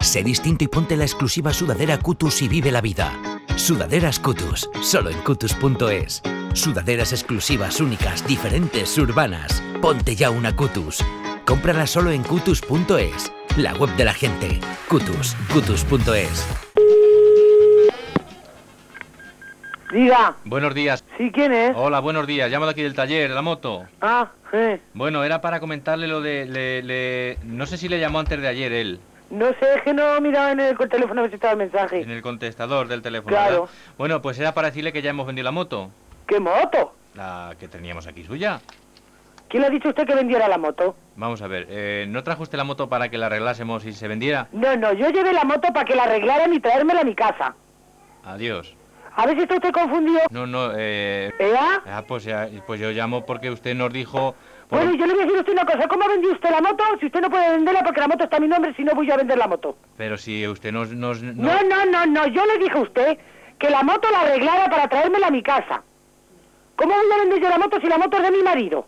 Sé distinto y ponte la exclusiva sudadera Cutus y vive la vida. Sudaderas Cutus, solo en cutus.es. Sudaderas exclusivas, únicas, diferentes, urbanas. Ponte ya una Cutus. Cómprala solo en cutus.es, la web de la gente. Cutus, cutus.es. Diga, Buenos días. ¿sí quién es? Hola, buenos días. Llamo de aquí del taller, la moto. Ah, eh. Bueno, era para comentarle lo de... le- le- No sé si le llamó antes de ayer él, No sé, es que no miraba en el teléfono a ver si estaba el mensaje. en el contestador del teléfono. Claro. ¿verdad? Bueno, pues era para decirle que ya hemos vendido la moto, ¿Qué moto? la que teníamos aquí suya. ¿Quién le ha dicho a usted que vendiera la moto? Vamos a ver, eh, ¿no trajo usted la moto para que la arreglásemos y se vendiera? No, no, yo llevé la moto para que la arreglaran y traérmela a mi casa. Adiós. A ver si está usted confundido. No, no, eh... ¿Verdad? Ah, pues, ya- pues yo llamo porque usted nos dijo... por- Bueno, y yo le voy a decir a usted una cosa. ¿Cómo vendió usted la moto si usted no puede venderla porque la moto está a mi nombre si no voy yo a vender la moto? Pero si usted nos... nos- no- No, no, no, no. Yo le dije a usted que la moto la arreglara para traérmela a mi casa. ¿Cómo voy a vender yo la moto si la moto es de mi marido?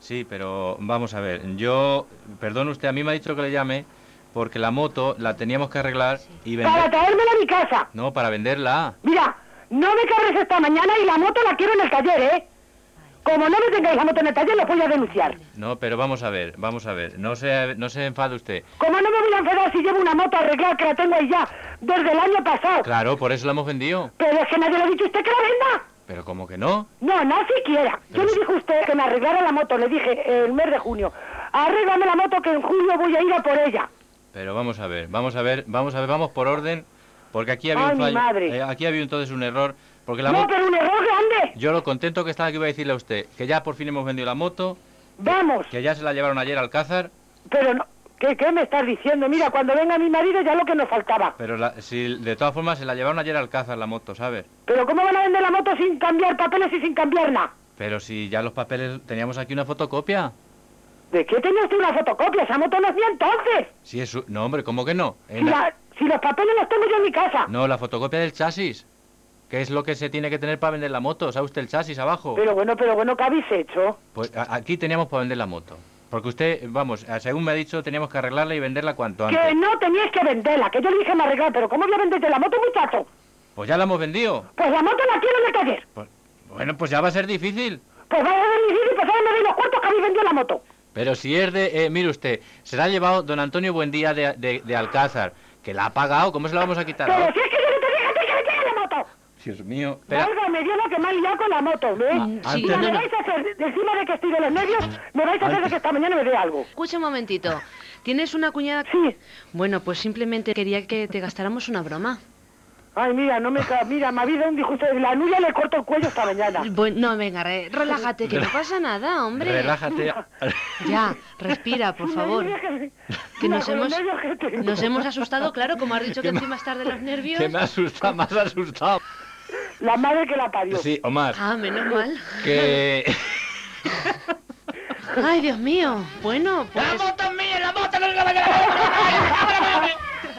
Sí, pero vamos a ver, yo, perdón usted, a mí me ha dicho que le llame porque la moto la teníamos que arreglar y Para vender. traérmela a mi casa. No, para venderla. Mira, no me cargues esta mañana y la moto la quiero en el taller, ¿eh? Como no me tengáis la moto en el taller, los voy a denunciar. No, pero vamos a ver, vamos a ver, no se, no se enfade usted. Como no me voy a enfadar si llevo una moto arreglada que la tengo ahí ya desde el año pasado. Claro, por eso la hemos vendido. Pero es que nadie le ha dicho a usted que la venda. Pero como que no. No, no siquiera. Yo Pero le si- dije a usted que me arreglara la moto, le dije el mes de junio. Arréglame la moto que en julio voy a ir a por ella. Pero vamos a ver, vamos a ver, vamos a ver, vamos por orden, porque aquí había Ay, un mi fallo. madre. eh, aquí había entonces un error, porque la no, moto. pero un error grande. Yo lo contento que estaba que iba a decirle a usted que ya por fin hemos vendido la moto, Vamos, que ya se la llevaron ayer al Alcázar, pero no. ¿Qué, ¿Qué me estás diciendo? Mira, cuando venga mi marido ya lo que nos faltaba. pero la- si, de todas formas se la llevaron ayer al Alcázar la moto, ¿sabes? Pero ¿cómo van a vender la moto sin cambiar papeles y sin cambiar nada? Pero si ya los papeles teníamos aquí una fotocopia. ¿De qué tenía usted una fotocopia? Esa moto no es mía entonces. Si es su- no hombre, ¿cómo que no? Si, En la- la- si los papeles los tengo yo en mi casa. No, la fotocopia del chasis. Que es lo que se tiene que tener para vender la moto? ¿Sabe usted el chasis abajo? Pero bueno, pero bueno, ¿qué habéis hecho? Pues a- aquí teníamos para vender la moto. Porque usted, vamos, a- según me ha dicho, teníamos que arreglarla y venderla cuanto antes. Que no teníais que venderla, que yo le dije me arreglar, pero ¿cómo voy a venderte la moto, muchacho? Pues ya la hemos vendido. Pues la moto la quiero en el taller. Pues- bueno, pues ya va a ser difícil. Pues vais a venir y pasarme de los cuartos que habéis vendido la moto. Pero si es de... eh, mire usted, se la ha llevado don Antonio Buendía de, de- de Alcázar. Que la ha pagado. ¿Cómo se la vamos a quitar? Pero ahora? si es que yo no te dije a ti que vendiera la moto. Dios mío. Espera. Valga, me dio lo que me han liado con la moto, ¿eh? Ah, Y ya me Antonio, no. vais a hacer, de encima de que estoy de los medios, me vais a hacer de que esta mañana me dé algo. Escucha un momentito. ¿Tienes una cuñada? Sí. Bueno, pues simplemente quería que te gastáramos una broma. Ay, mira, no me ca- Mira, me ha habido un disgusto. La Nuria le corto el cuello esta mañana. Bueno, no, venga, re- relájate, que no pasa nada, hombre. Relájate. Ya, respira, por favor. Que nos hemos, nos hemos asustado, claro, como has dicho que encima estar de los nervios. Que me asusta, más asustado. La madre que la parió. Sí, o más. Ah, menos mal. Que. Ay, Dios mío. Bueno, pues... moto es mía, la moto no es la de la-